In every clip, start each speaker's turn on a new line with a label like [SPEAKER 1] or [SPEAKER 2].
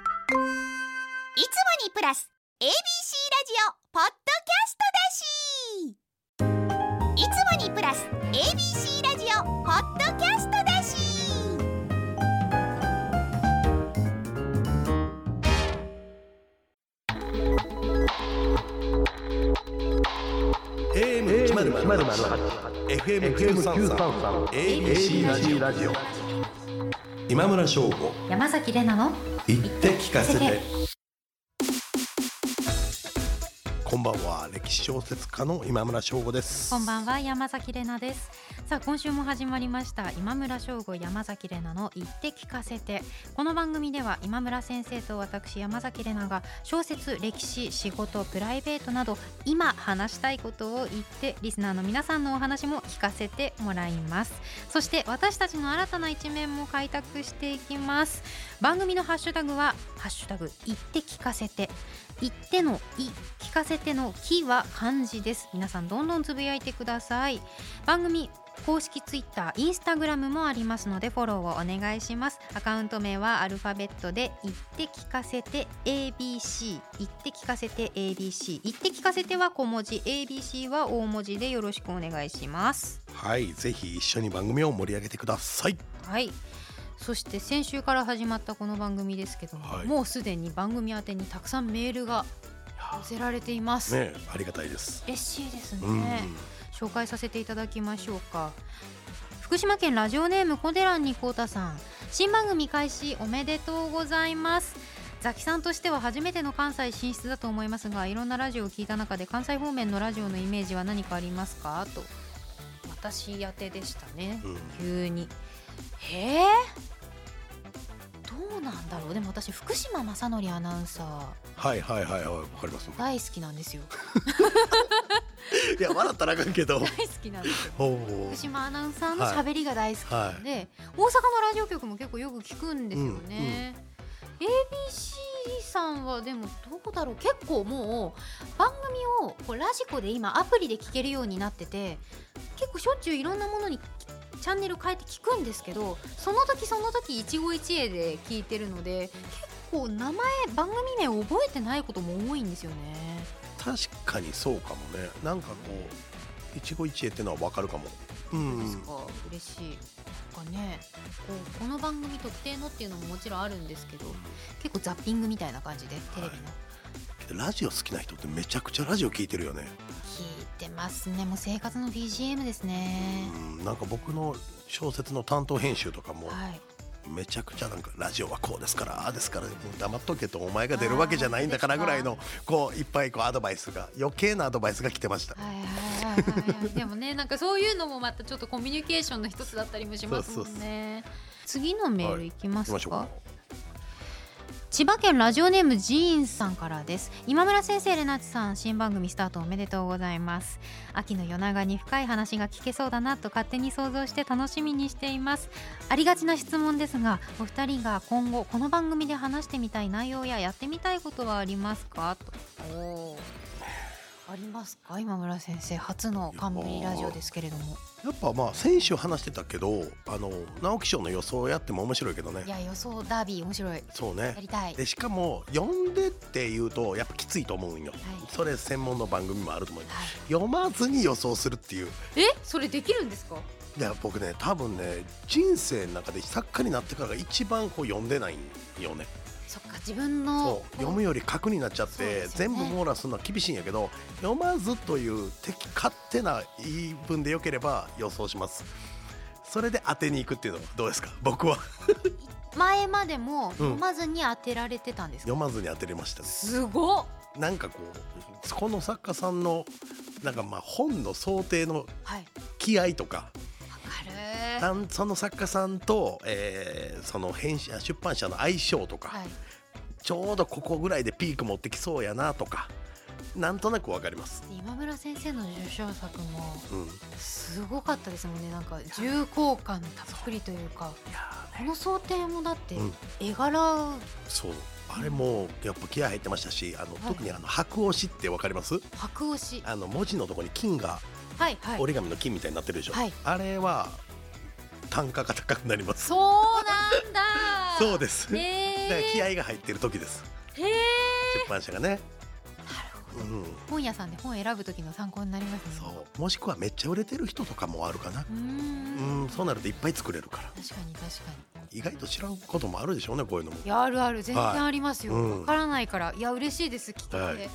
[SPEAKER 1] いつもにプラス ABC ラジオポッドキャストだしいつもにプラス ABC ラジオポッドキャストだし
[SPEAKER 2] 1 0 0 0
[SPEAKER 3] AM1008
[SPEAKER 2] FM933 ABC ラジオ
[SPEAKER 3] ラジオ
[SPEAKER 2] 今村翔吾
[SPEAKER 4] 山崎れなの
[SPEAKER 2] 言って聞かせ
[SPEAKER 4] 言って
[SPEAKER 2] こんばんは歴史小説家の今村翔吾です
[SPEAKER 4] こんばんは山崎れなですさあ今週も始まりました今村翔吾山崎れなの言って聞かせてこの番組では今村先生と私山崎れなが小説歴史仕事プライベートなど今話したいことを言ってリスナーの皆さんのお話も聞かせてもらいますそして私たちの新たな一面も開拓していきます番組のハッシュタグはハッシュタグ言って聞かせて言っての「い」聞かせての「き」は漢字です皆さんどんどんつぶやいてください番組公式ツイッター、インスタグラムもありますのでフォローをお願いしますアカウント名はアルファベットで「言って聞かせて ABC」「言って聞かせて ABC」「言って聞かせて」は小文字 ABC は大文字でよろしくお願いします
[SPEAKER 2] はいぜひ一緒に番組を盛り上げてください
[SPEAKER 4] はいそして先週から始まったこの番組ですけども、
[SPEAKER 2] はい
[SPEAKER 4] もうすでに番組宛てにたくさんメールが寄せられています、
[SPEAKER 2] ねありがたいです
[SPEAKER 4] 嬉しいですね、
[SPEAKER 2] うん
[SPEAKER 4] 紹介させていただきましょうか福島県ラジオネーム小寺にこうたさん新番組開始おめでとうございますザキさんとしては初めての関西進出だと思いますがいろんなラジオを聞いた中で関西方面のラジオのイメージは何かありますかと私宛てでしたね、
[SPEAKER 2] うん
[SPEAKER 4] 急にへえどうなんだろうでも私福島正則アナウンサー
[SPEAKER 2] はいはいはいはいわかります
[SPEAKER 4] 大好きなんですよ
[SPEAKER 2] いや笑ったらあかんけど
[SPEAKER 4] 大好きなんですよ
[SPEAKER 2] ほう
[SPEAKER 4] 福島アナウンサーの喋りが大好き
[SPEAKER 2] は
[SPEAKER 4] で、大阪のラジオ局も結構よく聞くんですよね、ABC さんはでもどこだろう結構もう番組をこうラジコで今アプリで聞けるようになってて結構しょっちゅういろんなものにチャンネル変えて聞くんですけどその時その時一期一会で聞いてるので結構名前番組名を覚えてないことも多いんですよね
[SPEAKER 2] 確かにそうかもねなんかこう一期一会ってのはわかるかもう
[SPEAKER 4] です
[SPEAKER 2] ん
[SPEAKER 4] か、嬉しいなんかねこうこの番組特定のっていうのももちろんあるんですけど結構ザッピングみたいな感じでテレビの、
[SPEAKER 2] はいラジオ好きな人ってめちゃくちゃラジオ聞いてるよね
[SPEAKER 4] 聞いてますねもう生活の BGM ですね、
[SPEAKER 2] うんなんか僕の小説の担当編集とかも
[SPEAKER 4] はい
[SPEAKER 2] めちゃくちゃなんかラジオはこうですからああですからもう黙っとけとお前が出るわけじゃないんだからぐらいのこういっぱいこうアドバイスが余計なアドバイスが来てました
[SPEAKER 4] はいはいはいはいはい でもねなんかそういうのもまたちょっとコミュニケーションの一つだったりもしますもんね次のメールいきま
[SPEAKER 2] 行き
[SPEAKER 4] す
[SPEAKER 2] ましょう
[SPEAKER 4] か、
[SPEAKER 2] か
[SPEAKER 4] 千葉県ラジオネームジーンさんからです今村先生レナチさん新番組スタートおめでとうございます秋の夜長に深い話が聞けそうだなと勝手に想像して楽しみにしていますありがちな質問ですがお二人が今後この番組で話してみたい内容ややってみたいことはありますかとありますか今村先生初の冠ラジオですけれども
[SPEAKER 2] やっぱまあ先週話してたけどあの直木賞の予想やっても面白いけどね
[SPEAKER 4] いや予想ダービー面白い
[SPEAKER 2] そう
[SPEAKER 4] や
[SPEAKER 2] ね
[SPEAKER 4] りたい
[SPEAKER 2] でしかも読んでって言うとやっぱきついと思うんよ、
[SPEAKER 4] い
[SPEAKER 2] それ専門の番組もあると思います
[SPEAKER 4] はい
[SPEAKER 2] 読まずに予想するっていう
[SPEAKER 4] えそれできるんですか
[SPEAKER 2] いや僕ね多分ね人生の中で作家になってからが一番こう読んでないんよね
[SPEAKER 4] そっか自分の
[SPEAKER 2] そう読むより核になっちゃっ
[SPEAKER 4] そう
[SPEAKER 2] て、
[SPEAKER 4] ですよ
[SPEAKER 2] 全
[SPEAKER 4] ね
[SPEAKER 2] 部網羅するのは厳しいんやけど読まずという敵勝手な言い分でよければ予想しますそれで当てに行くっていうのはどうですか僕は
[SPEAKER 4] 前まで
[SPEAKER 2] う
[SPEAKER 4] も
[SPEAKER 2] ん
[SPEAKER 4] 読まずに当てられてたんですか、
[SPEAKER 2] 読まずに当てれましたね
[SPEAKER 4] すごっ
[SPEAKER 2] なんかこうそこの作家さんのなんかまあ本の想定の
[SPEAKER 4] はい
[SPEAKER 2] 気合とか
[SPEAKER 4] わかる
[SPEAKER 2] たんその作家さんと、えーその編集出版社の相性とか、
[SPEAKER 4] はい
[SPEAKER 2] ちょうどここぐらいでピーク持ってきそうやなとかなんとなくわかります。
[SPEAKER 4] 今村先生の受賞作も
[SPEAKER 2] うん、い
[SPEAKER 4] すごかったですもんねなんか重厚感たっぷりというか
[SPEAKER 2] やー
[SPEAKER 4] この想定もだって
[SPEAKER 2] うん
[SPEAKER 4] 絵柄、
[SPEAKER 2] そうあれもやっぱ気合入ってましたしあの、
[SPEAKER 4] はい
[SPEAKER 2] 特にあの白押しってわかります
[SPEAKER 4] 白押し
[SPEAKER 2] あの文字のとこに金が
[SPEAKER 4] はいはい
[SPEAKER 2] 折り紙の金みたいになってるでしょ、
[SPEAKER 4] はい
[SPEAKER 2] あれは単価が高くなります
[SPEAKER 4] そうなんだ
[SPEAKER 2] そうです
[SPEAKER 4] ねへ
[SPEAKER 2] だから気
[SPEAKER 4] え
[SPEAKER 2] 合が入ってる時です
[SPEAKER 4] へえ
[SPEAKER 2] 出版社がね、
[SPEAKER 4] なるほど
[SPEAKER 2] うん、
[SPEAKER 4] 本屋さんで本選ぶ時の参考になりますね
[SPEAKER 2] そうもしくはめっちゃ売れてる人とかもあるかな
[SPEAKER 4] うーん
[SPEAKER 2] うんそうなるといっぱい作れるから
[SPEAKER 4] 確かに確かに
[SPEAKER 2] 意外と知らんこともあるでしょうねこういうのも
[SPEAKER 4] いやあるある全然ありますよ、
[SPEAKER 2] は
[SPEAKER 4] わ
[SPEAKER 2] いうん
[SPEAKER 4] からないからいや嬉しいです聞けて、
[SPEAKER 2] はい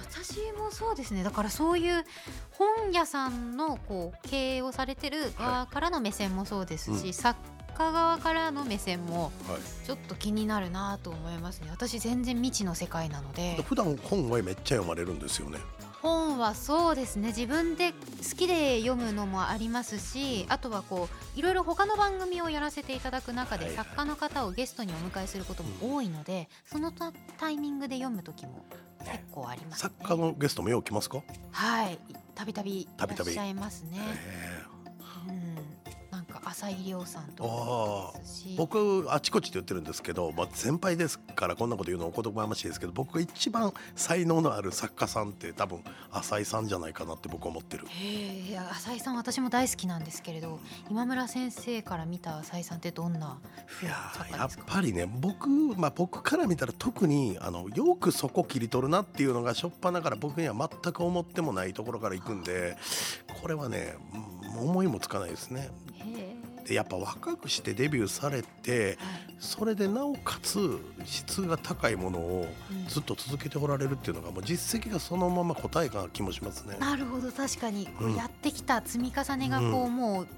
[SPEAKER 4] 私もそうですねだからそういう本屋さんのこう経営をされてる側からの目線もそうですし、
[SPEAKER 2] うん
[SPEAKER 4] 作家側からの目線も
[SPEAKER 2] はい
[SPEAKER 4] ちょっと気になるなと思いますね私全然未知の世界なので
[SPEAKER 2] 普段本はめっちゃ読まれるんですよね
[SPEAKER 4] 本はそうですね自分で好きで読むのもありますしあとはこういろいろ他の番組をやらせていただく中
[SPEAKER 2] は
[SPEAKER 4] で
[SPEAKER 2] いはい
[SPEAKER 4] 作家の方をゲストにお迎えすることも多いのでそのタタイミングで読む時も結構ありますね
[SPEAKER 2] 作家のゲストもよう来ますか、
[SPEAKER 4] はいたびたびい
[SPEAKER 2] た
[SPEAKER 4] ら
[SPEAKER 2] びた
[SPEAKER 4] っ
[SPEAKER 2] び
[SPEAKER 4] しゃいますね
[SPEAKER 2] え
[SPEAKER 4] うんなんか浅井亮さんとかもそうです
[SPEAKER 2] え
[SPEAKER 4] し
[SPEAKER 2] 僕あちこちで言ってるんですけど、まあ、先輩ですからこんなこと言うのお言葉やましいですけど僕が一番才能のある作家さんって多分浅井さんじゃないかなって僕思ってる
[SPEAKER 4] へえいや浅井さん私も大好きなんですけれど今村先生から見た浅井さんってどんない
[SPEAKER 2] や
[SPEAKER 4] 作
[SPEAKER 2] ー
[SPEAKER 4] 家
[SPEAKER 2] や
[SPEAKER 4] で
[SPEAKER 2] っ
[SPEAKER 4] すか
[SPEAKER 2] ぱりね僕,、まあ、僕から見たら特にあのよくそこ切り取るなっていうのがしょっぱなから僕には全く思ってもないところから行くんでこれはねうん思いもつかないですね。
[SPEAKER 4] へ
[SPEAKER 2] でやっぱ若くしてデビューされて
[SPEAKER 4] えはい
[SPEAKER 2] それでなおかつ質が高いものを
[SPEAKER 4] うん
[SPEAKER 2] ずっと続けておられるっていうのがもう実績がそのまま答えが気もしますね。
[SPEAKER 4] なるほど確かに、こ
[SPEAKER 2] う
[SPEAKER 4] うんやってきた積み重ねがこう、
[SPEAKER 2] う
[SPEAKER 4] もう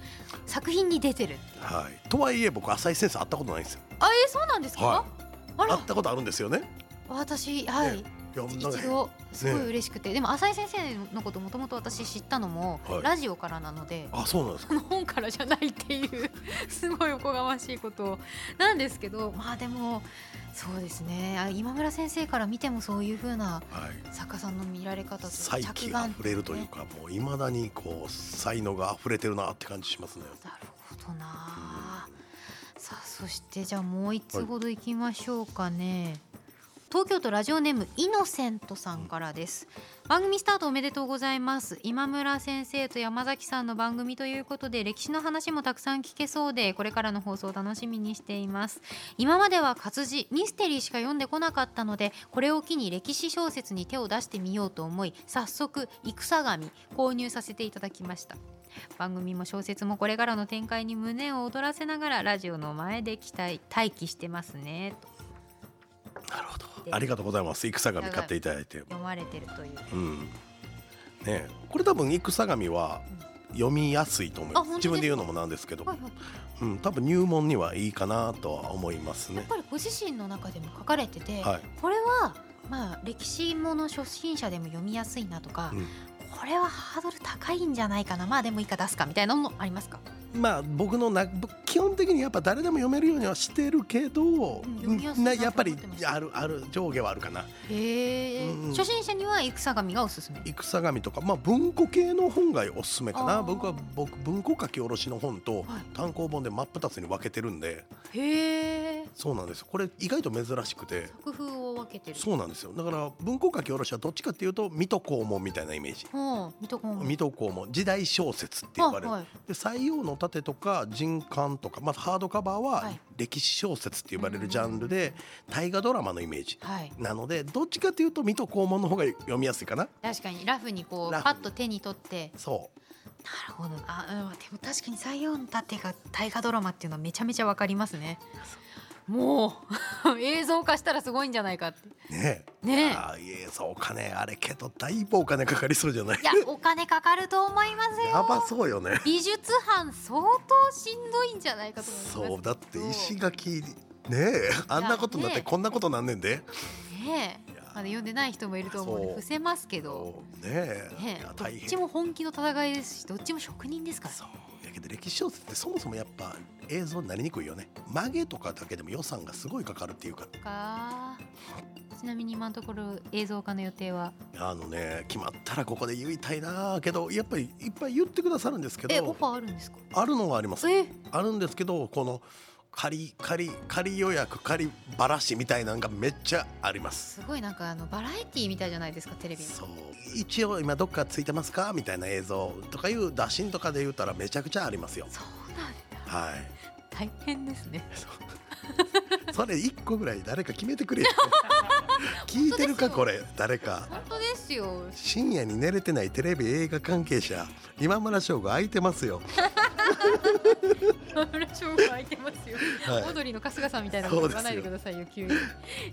[SPEAKER 4] 作品に出てる
[SPEAKER 2] はい、とはいえ僕浅井先生会ったことないんですよ。
[SPEAKER 4] あえーそうなんですか、
[SPEAKER 2] は
[SPEAKER 4] あ
[SPEAKER 2] 会
[SPEAKER 4] ら
[SPEAKER 2] ったことあるんですよね。
[SPEAKER 4] 私はい、
[SPEAKER 2] ねいや
[SPEAKER 4] 一
[SPEAKER 2] なんか
[SPEAKER 4] 度すごい嬉しくて、でも浅井先生のこともともと私知ったのも、
[SPEAKER 2] はい
[SPEAKER 4] ラジオからなので
[SPEAKER 2] あそうなんです
[SPEAKER 4] この本からじゃないっていう すごいおこがましいことなんですけどまあでもそうですねあ今村先生から見てもそういう風な
[SPEAKER 2] か。はい
[SPEAKER 4] 作家さんの見られ方と
[SPEAKER 2] 才気が溢れるという
[SPEAKER 4] ね
[SPEAKER 2] か、もういまだにこう才能が溢れてるなって感じしますね。
[SPEAKER 4] なるほどなあ、さあそしてじゃあもう一つほど行きましょうかね、東京都ラジオネームイノセントさんからです番組スタートおめでとうございます今村先生と山崎さんの番組ということで歴史の話もたくさん聞けそうでこれからの放送を楽しみにしています今までは活字ミステリーしか読んでこなかったのでこれを機に歴史小説に手を出してみようと思い早速戦神購入させていただきました番組も小説もこれからの展開に胸を躍らせながらラジオの前で期待待機してますねと
[SPEAKER 2] なるほど。ありがとうございます。戦神買っていただいて。
[SPEAKER 4] 読まれてるという
[SPEAKER 2] うん。ねえ、これ多分戦神は読みやすいと思いま
[SPEAKER 4] あ
[SPEAKER 2] す。
[SPEAKER 4] 本
[SPEAKER 2] 自
[SPEAKER 4] 当ですか
[SPEAKER 2] 分で言うのもなんですけど、
[SPEAKER 4] はいはい
[SPEAKER 2] うん、多分入門にはいいかなとは思います
[SPEAKER 4] やっ
[SPEAKER 2] ね。
[SPEAKER 4] ぱりご自身の中でも書かれてて、
[SPEAKER 2] はい。
[SPEAKER 4] これはまあ歴史もの初心者でも読みやすいなとか、
[SPEAKER 2] うん
[SPEAKER 4] これはハードル高いんじゃないかなまあでもいいか出すかみたいなのもありますか
[SPEAKER 2] まあ僕のな僕基本的にやっぱ誰でも読めるようにはしてるけど、
[SPEAKER 4] ん読みやすいな
[SPEAKER 2] なやっぱり
[SPEAKER 4] と思ってました
[SPEAKER 2] あるある上下はあるかな。
[SPEAKER 4] へえ、
[SPEAKER 2] うんうん
[SPEAKER 4] 初心者には戦神がおすすめ
[SPEAKER 2] 戦神とか、まあ、文庫系の本がおすすめか
[SPEAKER 4] あー
[SPEAKER 2] な僕は僕文庫書き下ろしの本と
[SPEAKER 4] はい
[SPEAKER 2] 単行本で真っ二つに分けてるんで
[SPEAKER 4] へえ
[SPEAKER 2] そうなんですよこれ意外と珍しくて
[SPEAKER 4] 作風を分けてる
[SPEAKER 2] そうなんですよだから文庫書き下ろしはどっちかっていうと水戸黄門みたいなイメージ。
[SPEAKER 4] ほう水戸黄門
[SPEAKER 2] 水戸黄門時代小説って呼ばれる、
[SPEAKER 4] はいはい
[SPEAKER 2] で「西洋の盾」とか「人間」とか、まあ、ハードカバー
[SPEAKER 4] は
[SPEAKER 2] はい歴史小説って呼ばれるジャンルで大河ドラマのイメージ
[SPEAKER 4] はい
[SPEAKER 2] なのでどっちかっていうと水戸黄門の方が読みやすいかな
[SPEAKER 4] 確かにラフにこう
[SPEAKER 2] ラフ
[SPEAKER 4] パッと手に取って
[SPEAKER 2] そう
[SPEAKER 4] なるほどあうんでも確かに「西洋の盾」が大河ドラマっていうのはめちゃめちゃわかりますねもう 映像化したらすごいんじゃないかって
[SPEAKER 2] ねえ
[SPEAKER 4] ねえ
[SPEAKER 2] ああいえそうお金あれけどだいぶお金かかりそうじゃない
[SPEAKER 4] いやお金かかると思いますよ
[SPEAKER 2] やばそうよね
[SPEAKER 4] 美術班相当しんどいんじゃないかと思いますけど
[SPEAKER 2] そうだって石垣ねえあんなことになっ
[SPEAKER 4] ね
[SPEAKER 2] て
[SPEAKER 4] え
[SPEAKER 2] こんなことなんねんで
[SPEAKER 4] ねえ
[SPEAKER 2] いや
[SPEAKER 4] まだ読んでない人もいると思うので
[SPEAKER 2] そう
[SPEAKER 4] 伏せますけど
[SPEAKER 2] そうねえ
[SPEAKER 4] ね
[SPEAKER 2] い
[SPEAKER 4] え
[SPEAKER 2] や
[SPEAKER 4] どっ
[SPEAKER 2] 大変
[SPEAKER 4] ちも本気の戦いですしどっちも職人ですから
[SPEAKER 2] そうやけど歴史小説ってそもそもやっぱ映像になりにくいよね曲げとかだけでも予算がすごいかかるっていうか
[SPEAKER 4] かちなみに今のところ映像化の予定は
[SPEAKER 2] あのね決まったらここで言いたいなあけどやっぱりいっぱい言ってくださるんですけ
[SPEAKER 4] えオ
[SPEAKER 2] ど
[SPEAKER 4] ファーあるんですか
[SPEAKER 2] あるのはあります
[SPEAKER 4] え
[SPEAKER 2] あるんですけどこの仮仮仮予約仮ばらしみたいなのがめっちゃあります
[SPEAKER 4] すごいなんかあのバラエティーみたいじゃないですかテレビの
[SPEAKER 2] そう一応今どっかついてますかみたいな映像とかいう打診とかで言うたらめちゃくちゃありますよ
[SPEAKER 4] そうなんだ
[SPEAKER 2] はい
[SPEAKER 4] 大変ですね
[SPEAKER 2] それ一個ぐらい誰か決めてくれよ 聞いてるかこ
[SPEAKER 4] 本当
[SPEAKER 2] れ誰か
[SPEAKER 4] 本当ですよ
[SPEAKER 2] 深夜に寝れてないテレビ映画関係者今村翔吾空いてますよ、
[SPEAKER 4] 今村翔吾空いてますよ
[SPEAKER 2] はい
[SPEAKER 4] オードリーの春日さんみたいなこと言わないでくださいよ急に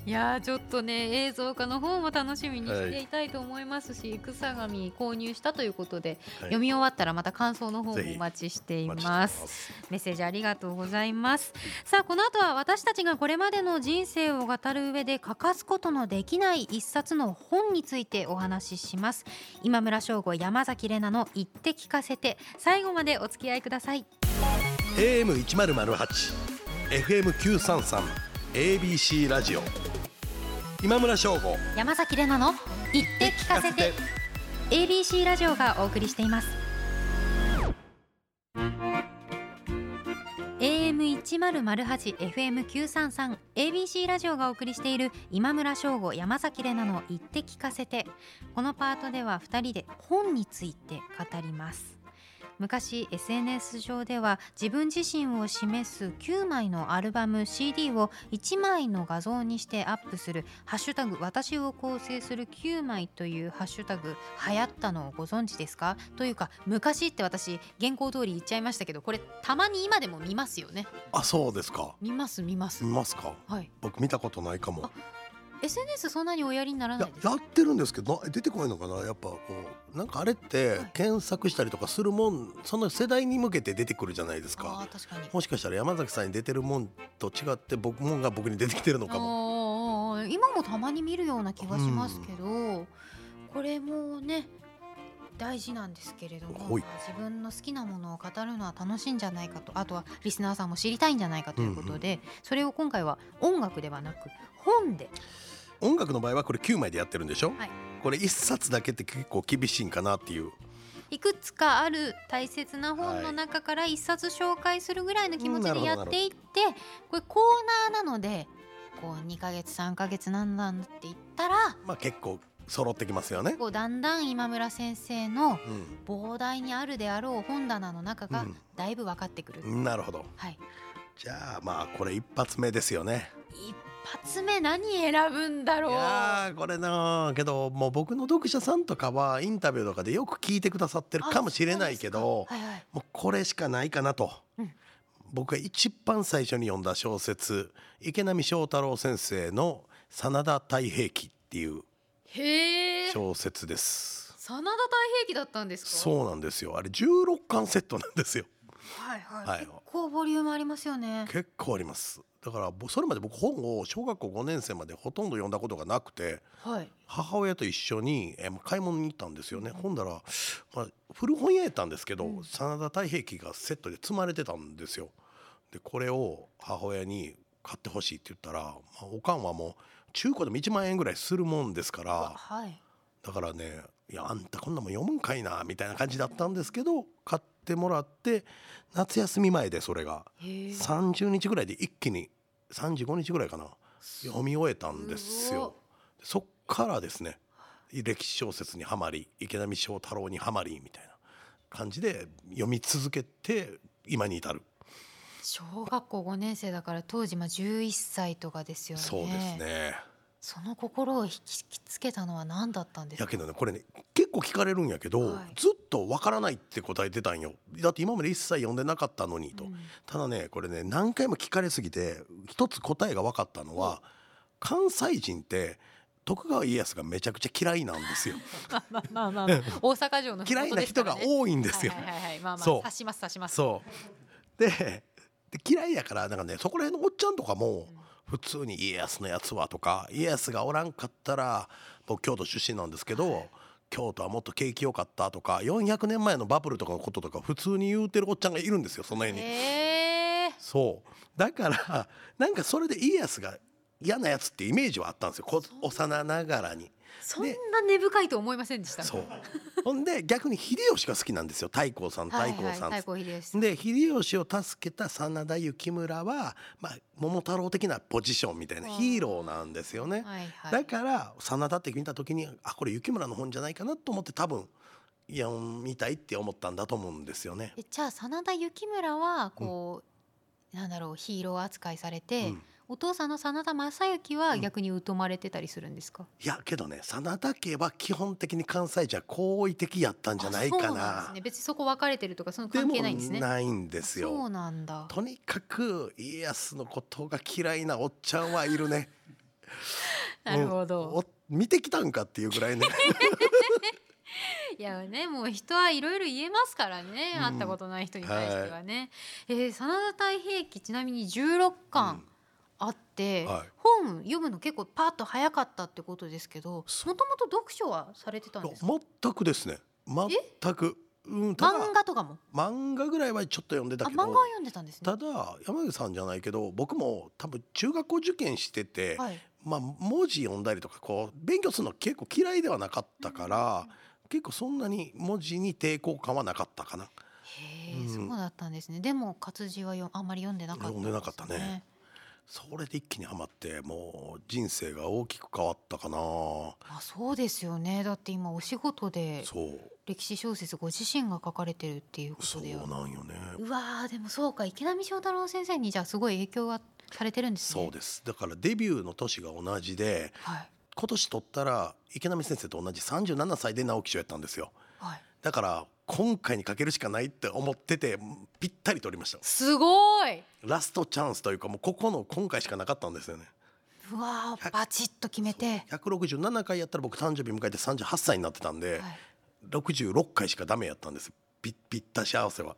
[SPEAKER 4] いやーちょっとね映像化の方も楽しみにしていたいと思いますし、草紙購入したということで、
[SPEAKER 2] はい
[SPEAKER 4] 読み終わったらまた感想の方も
[SPEAKER 2] ぜひ
[SPEAKER 4] お待ちしてい
[SPEAKER 2] お待ちして
[SPEAKER 4] ます
[SPEAKER 2] す
[SPEAKER 4] メッセージありがとうございますさあこの後は私たちがこれまでの人生を語る上で欠かすことのできない一冊の本についてお話しします今村翔吾山崎怜奈の言って聞かせて最後までお付き合いください
[SPEAKER 2] AM 一ゼロゼロ八、FM 九三三、ABC ラジオ。今村翔吾。
[SPEAKER 4] 山崎怜奈の言って聞かせて ABC ラジオがお送りしています AM1008 FM933 ABC ラジオがお送りしている今村翔吾山崎怜奈の言って聞かせてこのパートでは2人で本について語ります昔 SNS 上では自分自身を示す9枚のアルバム CD を1枚の画像にしてアップする「ハッシュタグ私を構成する9枚」というハッシュタグ流行ったのをご存知ですかというか昔って私原稿通り言っちゃいましたけどこれたまに今でも見ますよね
[SPEAKER 2] あ、そうですか。
[SPEAKER 4] 見ます見ます
[SPEAKER 2] 見ますか。
[SPEAKER 4] はい
[SPEAKER 2] 僕見たことないかも。
[SPEAKER 4] SNS そんなにおやりにな
[SPEAKER 2] い
[SPEAKER 4] らな
[SPEAKER 2] や
[SPEAKER 4] いです
[SPEAKER 2] やってるんですけどな出てこないのかなやっぱこうなんかあれって
[SPEAKER 4] はい
[SPEAKER 2] 検索したりとかするもんその世代に向けて出てくるじゃないです
[SPEAKER 4] あ
[SPEAKER 2] か
[SPEAKER 4] ー確かに
[SPEAKER 2] もしかしたら山崎さんに出てるもんと違って僕もんが僕に出てきてるのかも
[SPEAKER 4] あー今もたまに見るような気がしますけど、これもね大事なんですけれども
[SPEAKER 2] はい
[SPEAKER 4] 自分の好きなものを語るのは楽しいんじゃないかとあとはリスナーさんも知りたいんじゃないかということで、それを今回は音楽ではなく本で
[SPEAKER 2] 音楽の場合はこれ9枚でやってるんでしょ、
[SPEAKER 4] はい
[SPEAKER 2] これ1冊だけって結構厳しいんかなっていう
[SPEAKER 4] いくつかある大切な本の中から一冊紹介するぐらいの気持ち
[SPEAKER 2] うんな
[SPEAKER 4] で
[SPEAKER 2] る
[SPEAKER 4] や
[SPEAKER 2] ほど
[SPEAKER 4] っていってこれコーナーなのでこう2ヶ月3ヶ月なんだって言ったら
[SPEAKER 2] まあ結構揃ってきますよね。
[SPEAKER 4] こうだんだん今村先生の
[SPEAKER 2] うん
[SPEAKER 4] 膨大にあるであろう本棚の中が
[SPEAKER 2] うん
[SPEAKER 4] だいぶ分かってくる、
[SPEAKER 2] なるほど
[SPEAKER 4] はい
[SPEAKER 2] じゃあまあこれ一発目ですよね
[SPEAKER 4] 一発目何選ぶんだ
[SPEAKER 2] い
[SPEAKER 4] ろう
[SPEAKER 2] やーこれなーけどもう僕の読者さんとかはインタビューとかでよく聞いてくださってるかもしれないけど
[SPEAKER 4] あそうですかはいはい
[SPEAKER 2] もうこれしかないかなと、
[SPEAKER 4] うん
[SPEAKER 2] 僕が一番最初に読んだ小説池波正太郎先生の「真田太平記」っていう
[SPEAKER 4] へえ真
[SPEAKER 2] 小説です。
[SPEAKER 4] 田太平記だったんですかう
[SPEAKER 2] そうなんですよあれ16巻セットなんですよ
[SPEAKER 4] はいはい、
[SPEAKER 2] はい
[SPEAKER 4] 結構ボリュームありますよね
[SPEAKER 2] 結構ありますだから僕それまで僕本を小学校5年生までほとんど読んだことがなくて
[SPEAKER 4] はい
[SPEAKER 2] 母親と一緒に、えーまあ買い物に行ったんですよね、ほんだら、まあ、古本屋やったんですけど、
[SPEAKER 4] うん
[SPEAKER 2] 真田太平記がセットで積まれてたんですよでこれを母親に買ってほしいって言ったら、まあ、おかんはもう中古でも1万円ぐらいするもんですか
[SPEAKER 4] あ
[SPEAKER 2] ら
[SPEAKER 4] はい
[SPEAKER 2] だからねいやあんたこんなもん読むんかいなみたいな感じだったんですけど買ってもらって夏休み前でそれが
[SPEAKER 4] へえ
[SPEAKER 2] 30日ぐらいで一気に35日ぐらいかな読み終えたんです
[SPEAKER 4] すごっ
[SPEAKER 2] よ。そっからですね歴史小説にはまり池波正太郎にはまりみたいな感じで読み続けて今に至る、
[SPEAKER 4] 小学校5年生だから当時まあ11歳とかですよね
[SPEAKER 2] そうですね
[SPEAKER 4] その心を引きつけたのは何だったんです
[SPEAKER 2] や
[SPEAKER 4] か
[SPEAKER 2] けどねこれね結構聞かれるんやけど、
[SPEAKER 4] はい
[SPEAKER 2] ずっとわからないって答えてたんよだって今まで一切読んでなかったのにと、
[SPEAKER 4] うん
[SPEAKER 2] ただねこれね何回も聞かれすぎて一つ答えが分かったのは関西人って徳川家康がめちゃくちゃ嫌いなんですよ
[SPEAKER 4] まあまあまあまあ、まあ、大阪城の
[SPEAKER 2] 嫌いな人が
[SPEAKER 4] い
[SPEAKER 2] 多いんですよ
[SPEAKER 4] はいはいはい、まあまあ
[SPEAKER 2] そう
[SPEAKER 4] 刺します刺します
[SPEAKER 2] そうでで嫌いやからなんかねそこら辺のおっちゃんとかも
[SPEAKER 4] うん
[SPEAKER 2] 普通に家康のやつはとか家康がおらんかったら僕京都出身なんですけど、
[SPEAKER 4] はい
[SPEAKER 2] 京都はもっと景気良かったとか400年前のバブルとかのこととか普通に言うてるおっちゃんがいるんですよその辺に。
[SPEAKER 4] へえ
[SPEAKER 2] そうだからなんかそれで家康が嫌なやつってイメージはあったんですよこ
[SPEAKER 4] そう
[SPEAKER 2] 幼ながらに。
[SPEAKER 4] そんな根深いと思いませんでした
[SPEAKER 2] そうほんで逆に秀吉が好きなんですよ太閤さん太
[SPEAKER 4] はい
[SPEAKER 2] 閤
[SPEAKER 4] はい
[SPEAKER 2] さんっ
[SPEAKER 4] 太
[SPEAKER 2] つって
[SPEAKER 4] 閤秀吉さん
[SPEAKER 2] で秀吉を助けた真田幸村は、まあ、桃太郎的なポジションみたいな
[SPEAKER 4] うん
[SPEAKER 2] ヒーローなんですよね。
[SPEAKER 4] はいはい
[SPEAKER 2] だから真田って見た時にあこれ幸村の本じゃないかなと思って多分読みたいって思ったんだと思うんですよね。
[SPEAKER 4] えじゃあ真田幸村はこう、なんだろうヒーロー扱いされて、
[SPEAKER 2] うん
[SPEAKER 4] お父さんの真田正幸は
[SPEAKER 2] うん
[SPEAKER 4] 逆に疎まれてたりするんですか、
[SPEAKER 2] いやけどね真田家は基本的に関西じゃ好意的やったんじゃない
[SPEAKER 4] あ
[SPEAKER 2] か
[SPEAKER 4] そうなんで
[SPEAKER 2] な
[SPEAKER 4] すね別にそこ分かれてるとかその関係ないんですね
[SPEAKER 2] でもないんですよ
[SPEAKER 4] そうなんだ
[SPEAKER 2] とにかく家康のことが嫌いなおっちゃんはいるね
[SPEAKER 4] なるほ
[SPEAKER 2] うん
[SPEAKER 4] ど
[SPEAKER 2] お見てきたんかっていうぐらいね
[SPEAKER 4] いやねもう人はいろいろ言えますからね、
[SPEAKER 2] うん
[SPEAKER 4] 会ったことない人に対してはね、えー真田太平記ちなみに16巻あって、
[SPEAKER 2] うんはい
[SPEAKER 4] 本読むの結構パッと早かったってことですけどもと
[SPEAKER 2] そ
[SPEAKER 4] もと読書はされてたんですか
[SPEAKER 2] 全くですね全くうんただ
[SPEAKER 4] 漫画とかも
[SPEAKER 2] 漫画ぐらいはちょっと読んでた
[SPEAKER 4] あ
[SPEAKER 2] け
[SPEAKER 4] 漫
[SPEAKER 2] ど
[SPEAKER 4] 画は読んでたんですね
[SPEAKER 2] ただ山口さんじゃないけど僕も多分中学校受験してて、
[SPEAKER 4] はい
[SPEAKER 2] まあ、文字読んだりとかこう勉強するの結構嫌いではなかったから、結構そんなに文字に抵抗感はなかったかな。
[SPEAKER 4] へえ、
[SPEAKER 2] うん
[SPEAKER 4] そうだったんですねでも活字はよあんまり読んでなかった
[SPEAKER 2] 読んでなかったねそれで一気にハマってもう人生が大きく変わったかな
[SPEAKER 4] まあそうですよねだって今お仕事で
[SPEAKER 2] そう
[SPEAKER 4] 歴史小説ご自身が書かれてるっていうこ
[SPEAKER 2] そ
[SPEAKER 4] と
[SPEAKER 2] う
[SPEAKER 4] では
[SPEAKER 2] なんよね
[SPEAKER 4] うわーでもそうか池波正太郎先生にじゃあすごい影響はされてるんですね
[SPEAKER 2] そうですだからデビューの年が同じで
[SPEAKER 4] はい
[SPEAKER 2] 今年取ったら池波先生と同じ37歳で直木賞やったんですよ
[SPEAKER 4] はい
[SPEAKER 2] だから今回にかけるしかないって思っててぴったり取りました
[SPEAKER 4] すごい
[SPEAKER 2] ラストチャンスというかもうここの今回しかなかったんですよね
[SPEAKER 4] うわー
[SPEAKER 2] 百
[SPEAKER 4] バチッと決めて
[SPEAKER 2] 167回やったら僕誕生日迎えて38歳になってたんで、
[SPEAKER 4] はい、い
[SPEAKER 2] 66回しかダメやったんですぴぴったし合わせは、
[SPEAKER 4] や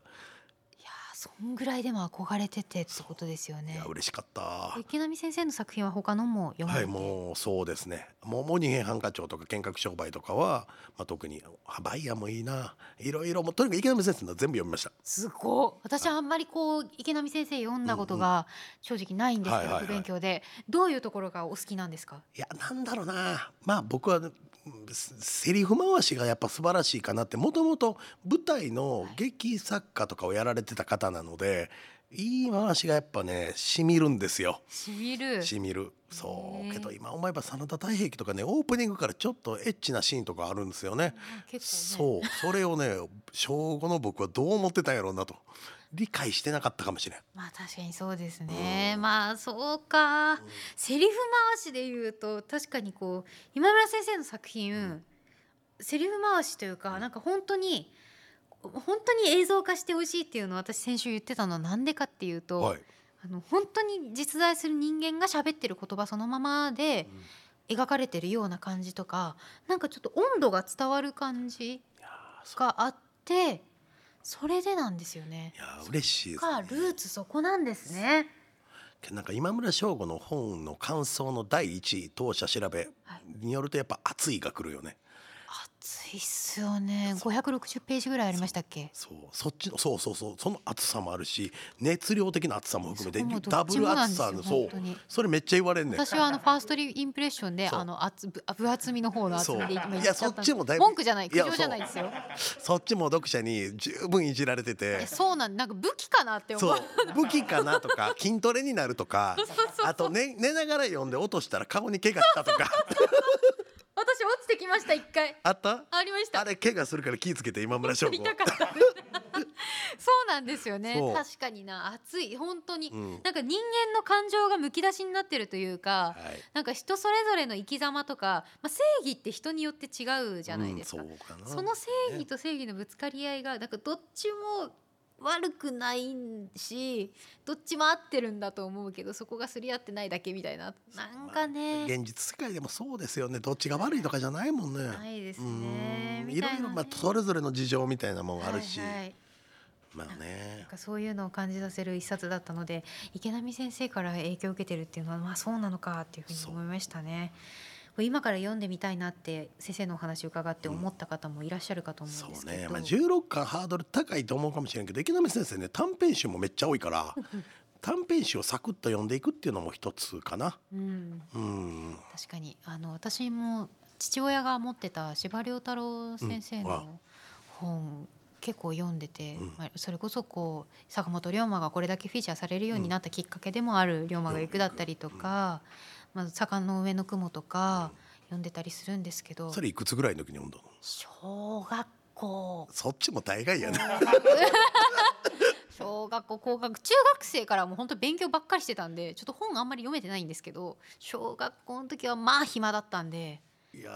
[SPEAKER 4] ーそんぐらいでも憧れててってことですよ
[SPEAKER 2] い
[SPEAKER 4] ね
[SPEAKER 2] や嬉しかった
[SPEAKER 4] 池波先生の作品は他のも読ま
[SPEAKER 2] は
[SPEAKER 4] れ
[SPEAKER 2] い
[SPEAKER 4] て、
[SPEAKER 2] もうそうですね「もうもう二平犯科帳」とか「見学商売」とかは、まあ、特に「あバイヤーもいいないろいろもうとにかく池上先生のは全部読みました
[SPEAKER 4] すごい私はあんまりこう池波先生読んだことが正直ないんですけ
[SPEAKER 2] はい
[SPEAKER 4] ど
[SPEAKER 2] はいは
[SPEAKER 4] 不
[SPEAKER 2] い
[SPEAKER 4] 勉強でどういうところがお好きなんですか
[SPEAKER 2] いやなんだろうなまあ僕はねうんセセリフ回しがやっぱ素晴らしいかなってもともと舞台の劇作家とかをやられてた方なのでいい回しがやっぱねしみるんですよ。
[SPEAKER 4] しみる
[SPEAKER 2] しみるそ
[SPEAKER 4] へえ
[SPEAKER 2] うけど今思えば真田太平記とかねオープニングからちょっとエッチなシーンとかあるんですよね。
[SPEAKER 4] 結構ね
[SPEAKER 2] そうそれをね小5の僕はどう思ってたんやろうなと理解してなかったかもしれん。
[SPEAKER 4] まあ確かにそうですね、
[SPEAKER 2] うん
[SPEAKER 4] まあそうか、セリフ回しで言うと確かにこう今村先生の作品、
[SPEAKER 2] うん
[SPEAKER 4] セリフ回しというか、
[SPEAKER 2] うん
[SPEAKER 4] なんか本当に本当に映像化してほしいっていうのを私先週言ってたのはなんでかっていうと、
[SPEAKER 2] はい、
[SPEAKER 4] あの本当に実在する人間が喋ってる言葉そのままで
[SPEAKER 2] うん
[SPEAKER 4] 描かれてるような感じとかなんかちょっと温度が伝わる感じ
[SPEAKER 2] いやーそう
[SPEAKER 4] があってそれでなんですよね
[SPEAKER 2] い。やー嬉しいです、
[SPEAKER 4] か
[SPEAKER 2] ね
[SPEAKER 4] ル。ーツそこなんですね。
[SPEAKER 2] なんか今村翔吾の本の感想の第一位当社調べ
[SPEAKER 4] はい
[SPEAKER 2] によるとやっぱ熱意が来るよね。
[SPEAKER 4] 暑いっすよね。五百六十ページぐらいありましたっけ。
[SPEAKER 2] そうそっちのそうそうそうその熱さもあるし熱量的な熱さも含
[SPEAKER 4] そこ
[SPEAKER 2] め
[SPEAKER 4] も
[SPEAKER 2] て
[SPEAKER 4] ど
[SPEAKER 2] ダ
[SPEAKER 4] っち
[SPEAKER 2] ブ
[SPEAKER 4] も
[SPEAKER 2] ル
[SPEAKER 4] なん
[SPEAKER 2] 熱
[SPEAKER 4] です
[SPEAKER 2] さ
[SPEAKER 4] よ
[SPEAKER 2] のそ
[SPEAKER 4] 本
[SPEAKER 2] う
[SPEAKER 4] 当に
[SPEAKER 2] それめっちゃ言われんねん。
[SPEAKER 4] 私はあのファーストインプレッションで
[SPEAKER 2] そう
[SPEAKER 4] あの厚ぶ分厚みの方の厚みで今
[SPEAKER 2] そうい
[SPEAKER 4] 言っち
[SPEAKER 2] や
[SPEAKER 4] ゃった
[SPEAKER 2] そ
[SPEAKER 4] んで
[SPEAKER 2] っ
[SPEAKER 4] す
[SPEAKER 2] ちもだいぶ
[SPEAKER 4] 文句じゃない苦
[SPEAKER 2] いや
[SPEAKER 4] 情じゃないですよ。
[SPEAKER 2] そっちも読者に十分いじられて
[SPEAKER 4] い
[SPEAKER 2] て
[SPEAKER 4] や。そうなんなんか武器かなって
[SPEAKER 2] そ
[SPEAKER 4] 思。
[SPEAKER 2] うう武器かなと か筋トレになるとかあと寝寝ながら読んで落としたら顔に怪我したとか
[SPEAKER 4] 私落ちてきました一回。
[SPEAKER 2] あった
[SPEAKER 4] ありました
[SPEAKER 2] あ。れ怪我するから気ぃつけて今村翔吾
[SPEAKER 4] 痛かった。そうなんですよね
[SPEAKER 2] そう。
[SPEAKER 4] 確かにな暑い本当に、
[SPEAKER 2] うん
[SPEAKER 4] なんか人間の感情がむき出しになってるという
[SPEAKER 2] は
[SPEAKER 4] か。
[SPEAKER 2] い
[SPEAKER 4] なんか人それぞれの生き様とか、まあ、正義って人によって違うじゃないですか、
[SPEAKER 2] うんそうかな
[SPEAKER 4] その正義と正義のぶつかり合いがなんかどっちも悪くないしどっちも合ってるんだと思うけどそこがすり合ってないだけみたいななんか
[SPEAKER 2] まあ
[SPEAKER 4] ね、
[SPEAKER 2] 現実世界でもそうですよねどっちが悪いとかじゃないもんね。
[SPEAKER 4] ないです
[SPEAKER 2] う
[SPEAKER 4] ね
[SPEAKER 2] ん
[SPEAKER 4] み
[SPEAKER 2] い
[SPEAKER 4] た
[SPEAKER 2] ろ
[SPEAKER 4] いない
[SPEAKER 2] ろ、
[SPEAKER 4] ね
[SPEAKER 2] まあ、それぞれの事情みたいなもんあるし、
[SPEAKER 4] はいはい
[SPEAKER 2] まあね
[SPEAKER 4] なんかそういうのを感じさせる一冊だったので池波先生から影響を受けてるっていうのはまあそうなのかっていうふうに
[SPEAKER 2] そう
[SPEAKER 4] 思いましたね。これ今から読んでみたいなって先生のお話伺って思った方もいらっしゃるかと思うん
[SPEAKER 2] そ
[SPEAKER 4] です
[SPEAKER 2] う
[SPEAKER 4] けど、
[SPEAKER 2] ね、まあ、16巻ハードル高いと思うかもしれんけど池波先生ね短編集もめっちゃ多い から短編集をサクッと読んでいくっていうのも一つかな。
[SPEAKER 4] うん、
[SPEAKER 2] うん
[SPEAKER 4] 確かにあの私も父親が持ってた司馬遼太郎先生
[SPEAKER 2] うんわ
[SPEAKER 4] の本、結構読んでて、
[SPEAKER 2] うん
[SPEAKER 4] まあそれこそこう坂本龍馬がこれだけフィーチャーされるようになったきっかけでもある「龍馬が行く」だったりとか「まあ、坂の上の雲」とか読んでたりするんですけど、
[SPEAKER 2] それいくつぐらいの時に読んだの
[SPEAKER 4] 小学校
[SPEAKER 2] そっちも大概やな、
[SPEAKER 4] 小学校高学中学生からもう本当勉強ばっかりしてたんでちょっと本あんまり読めてないんですけど小学校の時はまあ暇だったんで
[SPEAKER 2] いや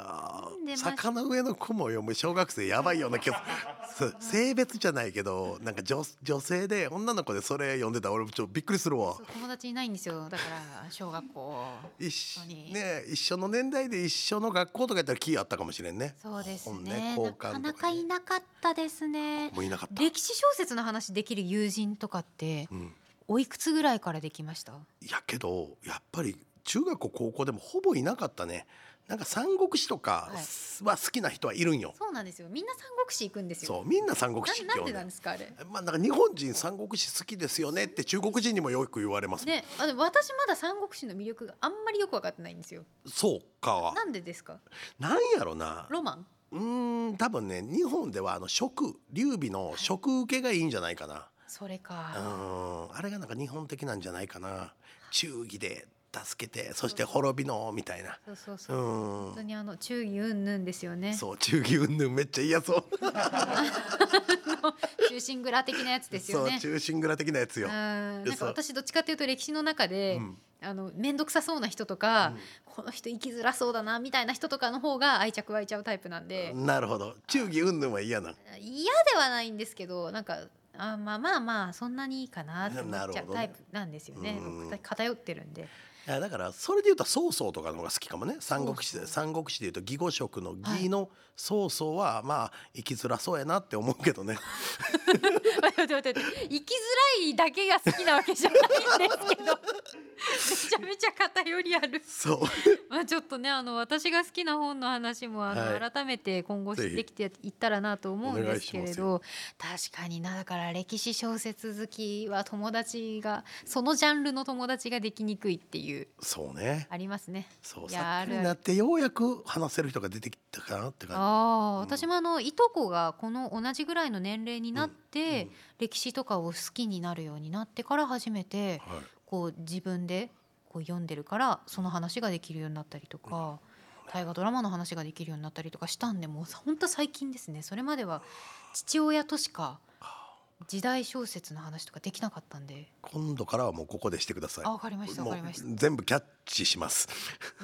[SPEAKER 4] 出
[SPEAKER 2] ー
[SPEAKER 4] ました
[SPEAKER 2] 坂の上の雲を読む小学生やばいような気が そう性別じゃないけどなんか女女性で女の子でそれ読んでたら俺もちょっとびっくりするわ
[SPEAKER 4] そう友達いないんですよだから小学校
[SPEAKER 2] 一緒
[SPEAKER 4] 本当に
[SPEAKER 2] ね一緒の年代で一緒の学校とかやったら気あったかもしれんね
[SPEAKER 4] そうです
[SPEAKER 2] 本
[SPEAKER 4] ね
[SPEAKER 2] 交換
[SPEAKER 4] な
[SPEAKER 2] とかね
[SPEAKER 4] かなかいなかったですね
[SPEAKER 2] もういなかった、
[SPEAKER 4] 歴史小説の話できる友人とかって
[SPEAKER 2] うん、
[SPEAKER 4] おいくつぐらいからできました
[SPEAKER 2] いやけどやっぱり中学校高校でもほぼいなかったねなんか三国志とか
[SPEAKER 4] はい
[SPEAKER 2] は好きな人はいるんよ、
[SPEAKER 4] そうなんですよみんな三国志行くんですよ
[SPEAKER 2] そうみんな三国志って
[SPEAKER 4] ななん
[SPEAKER 2] 呼ん
[SPEAKER 4] で
[SPEAKER 2] で
[SPEAKER 4] なんですかあれ
[SPEAKER 2] まあなんか日本人三国志好きですよねって中国人にもよく言われます、
[SPEAKER 4] ね、あの私まだ三国志の魅力があんまりよく分かってないんですよ。
[SPEAKER 2] そうか
[SPEAKER 4] なんでですか？
[SPEAKER 2] なんやろな
[SPEAKER 4] ロマン？
[SPEAKER 2] うーん多分ね日本ではあの食劉備の食受けがいいんじゃないかな
[SPEAKER 4] それ
[SPEAKER 2] う
[SPEAKER 4] か。
[SPEAKER 2] ーんあれがなんか日本的なんじゃないかな忠義で助けてそして滅びのみたいな
[SPEAKER 4] そうそうそうう。
[SPEAKER 2] ー
[SPEAKER 4] 本当
[SPEAKER 2] ん
[SPEAKER 4] にあの忠義云々ですよね。
[SPEAKER 2] そう忠義云々めっちゃ嫌そう
[SPEAKER 4] 忠臣蔵的なやつですよ
[SPEAKER 2] そ
[SPEAKER 4] ね
[SPEAKER 2] う。忠臣蔵的なやつ
[SPEAKER 4] う
[SPEAKER 2] よ
[SPEAKER 4] ん、なん
[SPEAKER 2] そ
[SPEAKER 4] か
[SPEAKER 2] う
[SPEAKER 4] 私どっちかというと歴史の中で、
[SPEAKER 2] うん
[SPEAKER 4] あの面倒くさそうな人とか、
[SPEAKER 2] うん
[SPEAKER 4] この人生きづらそうだなみたいな人とかの方が愛着湧いちゃうタイプなんで、
[SPEAKER 2] なるほど忠義云々は嫌な
[SPEAKER 4] 嫌ではないんですけどなんかあまあまあまあそんなにいいかなって思っち
[SPEAKER 2] なる
[SPEAKER 4] ゃ
[SPEAKER 2] ほ
[SPEAKER 4] う
[SPEAKER 2] どね
[SPEAKER 4] タイプなんですよね
[SPEAKER 2] うん
[SPEAKER 4] 僕偏ってるんで。
[SPEAKER 2] いやだからそれで言うと曹操とかの方が好きかもね三国志
[SPEAKER 4] 曹
[SPEAKER 2] で
[SPEAKER 4] 操
[SPEAKER 2] 三国志で言うと義語色の
[SPEAKER 4] は
[SPEAKER 2] 義
[SPEAKER 4] い
[SPEAKER 2] の曹操はまあ生きづらそうやなって思うけ どね
[SPEAKER 4] 待って待って待って生きづらいだけが好きなわけじゃないんですけどめちゃめちゃ偏りある
[SPEAKER 2] そう
[SPEAKER 4] まあちょっとねあの私が好きな本の話もあの、
[SPEAKER 2] はい
[SPEAKER 4] 改めて今後
[SPEAKER 2] ぜひ
[SPEAKER 4] できていったらなと思うん
[SPEAKER 2] お願
[SPEAKER 4] で
[SPEAKER 2] い
[SPEAKER 4] す
[SPEAKER 2] し
[SPEAKER 4] け
[SPEAKER 2] ま
[SPEAKER 4] れ
[SPEAKER 2] すよ
[SPEAKER 4] ど確かになだから歴史小説好きは友達がそのジャンルの友達ができにくいっていう
[SPEAKER 2] そうね
[SPEAKER 4] ありますね。
[SPEAKER 2] そう
[SPEAKER 4] いや
[SPEAKER 2] さ
[SPEAKER 4] あ
[SPEAKER 2] っき
[SPEAKER 4] るあ
[SPEAKER 2] に
[SPEAKER 4] る
[SPEAKER 2] なってようやく話せる人が出てきたかなって感
[SPEAKER 4] ああ、
[SPEAKER 2] うん
[SPEAKER 4] 私もあのいとこがこの同じぐらいの年齢になって、
[SPEAKER 2] じ、うん
[SPEAKER 4] 歴史とかを好きになるようになってから初めて
[SPEAKER 2] はい、
[SPEAKER 4] こう自分でこう読んでるからその話ができるようになったりとか大河ドラマの話ができるようになったりとかしたんでもう本当最近ですねそれまでは父親としか時代小説の話とかできなかったんで
[SPEAKER 2] 今度からはもうここでしてください
[SPEAKER 4] あ分かりました分
[SPEAKER 2] もう
[SPEAKER 4] かりました
[SPEAKER 2] 全部キャッチします、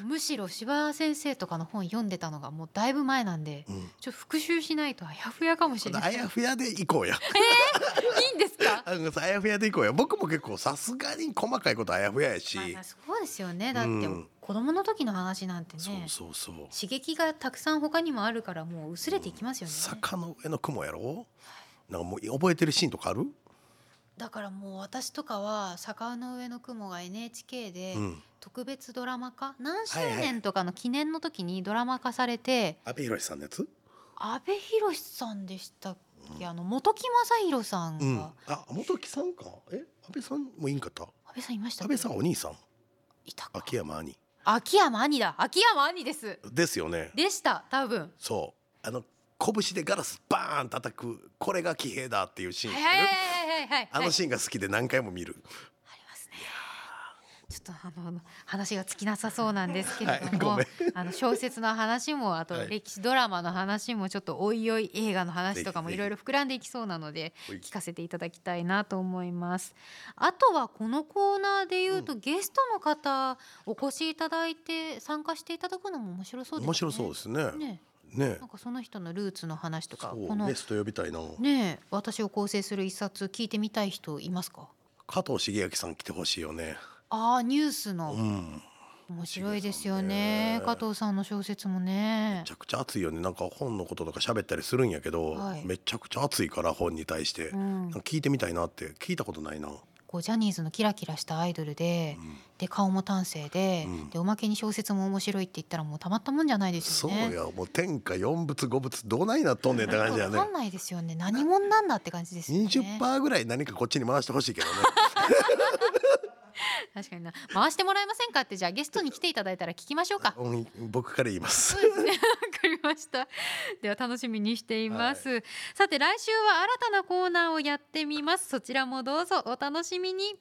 [SPEAKER 4] むしろ柴田先生とかの本読んでたのがもうだいぶ前なんで
[SPEAKER 2] うん、
[SPEAKER 4] ちょっと復習しないとあやふやかもしれな
[SPEAKER 2] あ
[SPEAKER 4] いいい
[SPEAKER 2] やふやで行こうや
[SPEAKER 4] んですか
[SPEAKER 2] あのあやふやで行こうや僕も結構さすがに細かいことあやふやや し、
[SPEAKER 4] まあまあそうですよねだって
[SPEAKER 2] うん
[SPEAKER 4] 子供の時の話なんてね
[SPEAKER 2] そうそうそう
[SPEAKER 4] 刺激がたくさん他にもあるからもう薄れていきますよね、
[SPEAKER 2] 坂の上の雲やろなんかもう覚えてるシーンとかある、
[SPEAKER 4] だからもう私とかは「坂の上の雲」が NHK で
[SPEAKER 2] うん、
[SPEAKER 4] 特別ドラマ化、何周
[SPEAKER 2] はいはい
[SPEAKER 4] 年とかの記念の時にドラマ化されて、
[SPEAKER 2] 阿部寛さんのやつ、
[SPEAKER 4] 阿部寛さんでしたっけあの本木雅弘さんが、
[SPEAKER 2] うん、あ元木さんかえ阿部さんもいいんかった
[SPEAKER 4] 阿部さんいました
[SPEAKER 2] 阿
[SPEAKER 4] っ
[SPEAKER 2] 部
[SPEAKER 4] け
[SPEAKER 2] さんお兄さん
[SPEAKER 4] いたか
[SPEAKER 2] 秋山兄
[SPEAKER 4] 秋山兄だ秋山兄です
[SPEAKER 2] ですよね
[SPEAKER 4] でした多分
[SPEAKER 2] そうあの拳でガラスバーン叩くこれが騎兵だっていうシーン、
[SPEAKER 4] はいはいはいはいはい
[SPEAKER 2] あ
[SPEAKER 4] は
[SPEAKER 2] の
[SPEAKER 4] い
[SPEAKER 2] シーンが好きで何回も見る、
[SPEAKER 4] ありますね。ちょっとあの話が尽きなさそうなんですけれ
[SPEAKER 2] はい
[SPEAKER 4] ども、
[SPEAKER 2] ごめん
[SPEAKER 4] あの小説の話もあと
[SPEAKER 2] はい
[SPEAKER 4] 歴史ドラマの話もちょっとおいおい映画の話とかも
[SPEAKER 2] ぜ
[SPEAKER 4] い
[SPEAKER 2] ひ
[SPEAKER 4] ろいろ膨らんでいきそうなので
[SPEAKER 2] ほい
[SPEAKER 4] 聞かせていただきたいなと思います。あとはこのコーナーで言うと、ゲストの方お越しいただいて参加していただくのも面白そうですね。
[SPEAKER 2] 面白そうですすねね
[SPEAKER 4] ね。なんかその人のルーツの話とか
[SPEAKER 2] そ
[SPEAKER 4] こ
[SPEAKER 2] う
[SPEAKER 4] の
[SPEAKER 2] ゲスト呼びたいな、
[SPEAKER 4] ねえ私を構成する一冊聞いてみたい人いますか。
[SPEAKER 2] 加藤茂明さん来てほしいよね
[SPEAKER 4] ああニュースの。
[SPEAKER 2] うん
[SPEAKER 4] 面白いですよね
[SPEAKER 2] ね
[SPEAKER 4] 加藤さんの小説もね
[SPEAKER 2] めちゃくちゃ熱いよねなんか本のこととか喋ったりするんやけど、
[SPEAKER 4] はい
[SPEAKER 2] めちゃくちゃ熱いから本に対して、
[SPEAKER 4] うん
[SPEAKER 2] なんか聞いてみたいなって聞いたことないな、
[SPEAKER 4] こうジャニーズのキラキラしたアイドルで、
[SPEAKER 2] うん
[SPEAKER 4] で顔も端正で,、
[SPEAKER 2] うん
[SPEAKER 4] でおまけに小説も面白いって言ったらもうたまったもんじゃないです
[SPEAKER 2] そ
[SPEAKER 4] よね。
[SPEAKER 2] うやもう天下四物五物どないなっとんねんって感じだよ
[SPEAKER 4] わ
[SPEAKER 2] ね
[SPEAKER 4] かんないですよね何者なんだって感じですよね
[SPEAKER 2] 20%ぐらい何かこっちに回してほしいけどね
[SPEAKER 4] 確かにな回してもらえませんかってじゃあゲストに来ていただいたら聞きましょうか
[SPEAKER 2] うん僕から言います
[SPEAKER 4] そうですね。わかりました。では楽しみにしています。さて来週は新たなコーナーをやってみます。そちらもどうぞお楽しみに。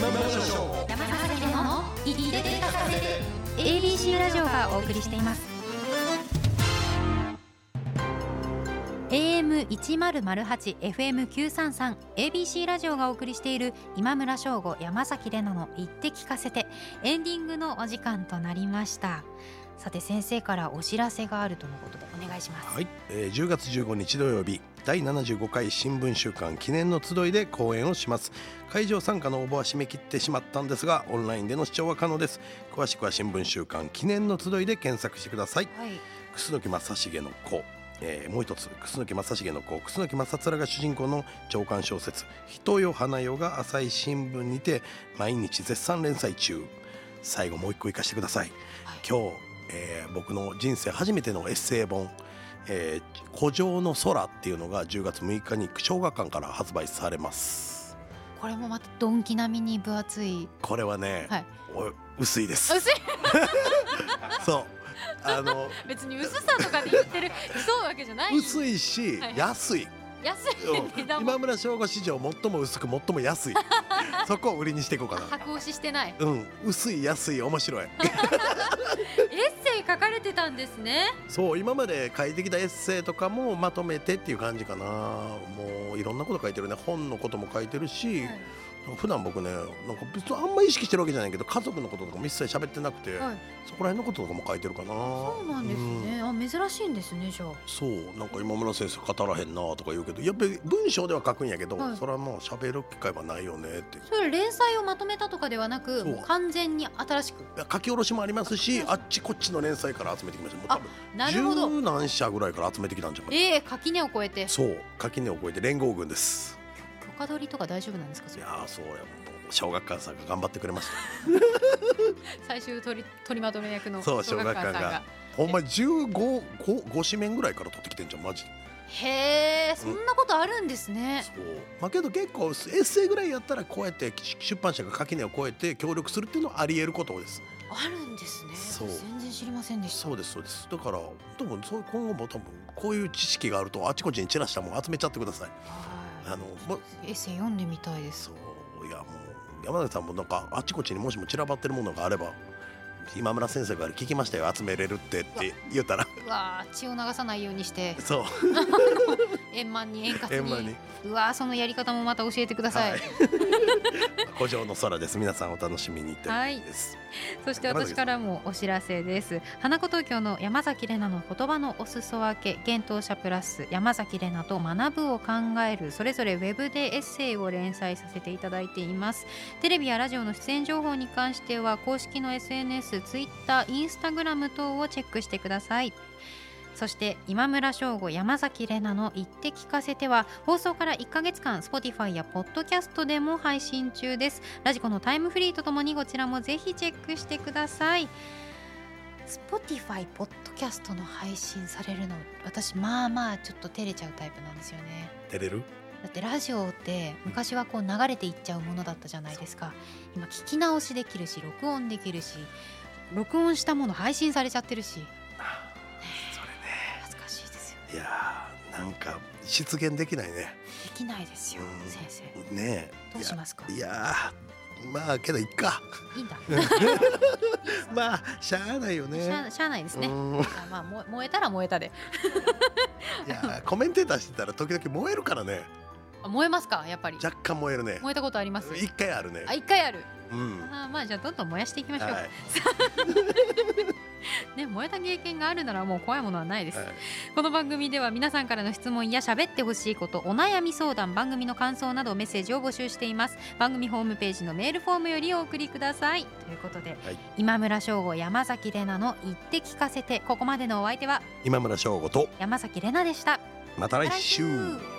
[SPEAKER 4] 山崎怜奈のいでてかさせて ABC ラジオがお送りしています。 AM 一0 0 8 FM 九三三 ABC ラジオがお送りしている今村翔吾山崎れなの言って聞かせてエンディングのお時間となりました。さて先生からお知らせがあるとのことでお願いします。
[SPEAKER 2] はい、えー10月15日土曜日第75回新聞週間記念の集いで講演をします会場参加の応募は締め切ってしまったんですがオンラインでの視聴は可能です詳しくは新聞週間記念の集いで検索してください
[SPEAKER 4] はい
[SPEAKER 2] 楠木正成の子、えーもう一つ楠木正成の子楠木正面が主人公の長官小説「人よ花よ」が朝日新聞にて毎日絶賛連載中最後もう一個行かしてください、
[SPEAKER 4] はい
[SPEAKER 2] 今日、えー僕の人生初めてのエッセイ本「えー古城の空」っていうのが10月6日に小学館から発売されます
[SPEAKER 4] これもまたドンキ並みに分厚い。
[SPEAKER 2] これはね、
[SPEAKER 4] はい
[SPEAKER 2] お薄いです
[SPEAKER 4] 薄い
[SPEAKER 2] そうあの
[SPEAKER 4] 別に薄さとかで言ってる競うわけじゃない。
[SPEAKER 2] 薄いし、
[SPEAKER 4] はい
[SPEAKER 2] 安い
[SPEAKER 4] 安い
[SPEAKER 2] うん
[SPEAKER 4] 値段も
[SPEAKER 2] 今村翔吾史上最も薄く最も安 いそこを売りにしていこうかな
[SPEAKER 4] 白押ししてない。
[SPEAKER 2] うん薄い安い面白い
[SPEAKER 4] エッセイ書かれてたんですね。
[SPEAKER 2] そう今まで書いてきたエッセイとかもまとめてっていう感じかなもういろんなこと書いてるね本のことも書いてるし、
[SPEAKER 4] はい
[SPEAKER 2] 普段僕ねなんか別にあんま意識してるわけじゃないけど家族のこととかも一切喋ってなくて、
[SPEAKER 4] はい
[SPEAKER 2] そこら辺のこととかも書いてるかな
[SPEAKER 4] そうなんですね。あ珍しいんですねじゃあ。
[SPEAKER 2] そうなんか今村先生語らへんなとか言うけどやっぱり文章では書くんやけど、
[SPEAKER 4] はい
[SPEAKER 2] それはもう喋る機会はないよねって
[SPEAKER 4] それ連載をまとめたとかではなく、
[SPEAKER 2] そう
[SPEAKER 4] もう完全に新しく。
[SPEAKER 2] 書き下ろしもありますしあっちこっちの連載から集めてきましたもう多分
[SPEAKER 4] なるほど。
[SPEAKER 2] 十何社ぐらいから集めてきたんじゃない
[SPEAKER 4] ええ垣根を越えて。
[SPEAKER 2] そう垣根を越えて連合軍です
[SPEAKER 4] 許可取りとか大丈夫なんですかそ
[SPEAKER 2] い
[SPEAKER 4] れ
[SPEAKER 2] や。ーそうやもう小学館さんが頑張ってくれまし
[SPEAKER 4] 最終取り取りまとめ役の
[SPEAKER 2] そ
[SPEAKER 4] 小
[SPEAKER 2] う
[SPEAKER 4] 学館
[SPEAKER 2] 小学館
[SPEAKER 4] さんが
[SPEAKER 2] が。たほんま15五五紙面ぐらいから取ってきてんじゃんマジで
[SPEAKER 4] へえそんなことあるんですね。
[SPEAKER 2] そうまあけど結構エッセイぐらいやったらこうやって出版社が垣根を越えて協力するっていうのはあり得ることです
[SPEAKER 4] あるんですね。
[SPEAKER 2] そう
[SPEAKER 4] 全然知りませんでした。
[SPEAKER 2] そうですそうですだから多分そう今後も多分こういう知識があるとあちこちに散らしたもん集めちゃってください
[SPEAKER 4] はい
[SPEAKER 2] あのも
[SPEAKER 4] エッセイ読んでみたいです。
[SPEAKER 2] そういやもう山崎さんもなんかあちこちにもしも散らばってるものがあれば今村先生から聞きましたよ集めれるってって言ったら
[SPEAKER 4] うわあ血を流さないようにして
[SPEAKER 2] そう
[SPEAKER 4] 円満に円滑
[SPEAKER 2] 円
[SPEAKER 4] に。
[SPEAKER 2] 満に
[SPEAKER 4] うわあそのやり方もまた教えてください。
[SPEAKER 2] はい 古城の空です皆さんお楽しみにって
[SPEAKER 4] はい
[SPEAKER 2] です、
[SPEAKER 4] そして私からもお知らせです花子東京の山崎怜奈の言葉のお裾分け検討者プラス山崎怜奈と学ぶを考えるそれぞれウェブでエッセイを連載させていただいていますテレビやラジオの出演情報に関しては公式の SNS ツイッターインスタグラム等をチェックしてくださいそして今村翔吾山崎怜奈の「言って聞かせては」放送から1ヶ月間 Spotify や Podcast でも配信中ですラジコのタイムフリーとともにこちらもぜひチェックしてください Spotify ポッドキャストの配信されるの私まあまあちょっと照れちゃうタイプなんですよね
[SPEAKER 2] 照れる
[SPEAKER 4] だってラジオって昔はこう流れていっちゃうものだったじゃないですか今聞き直しできるし録音できるし録音したもの配信されちゃってるし
[SPEAKER 2] それ
[SPEAKER 4] 恥ずかしいですよ
[SPEAKER 2] ねいやーなんか出現できないね
[SPEAKER 4] できないですよ
[SPEAKER 2] うん
[SPEAKER 4] 先生
[SPEAKER 2] ねえ
[SPEAKER 4] どうしますか
[SPEAKER 2] いやいやーまあけどいっ か
[SPEAKER 4] いいんだ
[SPEAKER 2] まあしゃあないよね
[SPEAKER 4] しゃあしゃあないですね
[SPEAKER 2] うん
[SPEAKER 4] じゃあまあもう燃えたら燃えたで
[SPEAKER 2] いやーコメンテーターしてたら時々燃えるからね
[SPEAKER 4] あ燃えますかやっぱり
[SPEAKER 2] 若干燃えるね
[SPEAKER 4] 燃えたことあります
[SPEAKER 2] 一回あるね
[SPEAKER 4] あ一回ある
[SPEAKER 2] うんは
[SPEAKER 4] あーまあじゃあどんどん燃やしていきま
[SPEAKER 2] い
[SPEAKER 4] しょう、
[SPEAKER 2] はい
[SPEAKER 4] ね燃えた経験があるならもう怖いものはないです、この番組では皆さんからの質問や喋ってほしいことお悩み相談番組の感想などメッセージを募集しています番組ホームページのメールフォームよりお送りくださいということで、
[SPEAKER 2] はい
[SPEAKER 4] 今村翔吾山崎怜奈の「言って聞かせて」ここまでのお相手は
[SPEAKER 2] 今村翔吾と
[SPEAKER 4] 山崎怜奈でした
[SPEAKER 2] また来週
[SPEAKER 4] 来週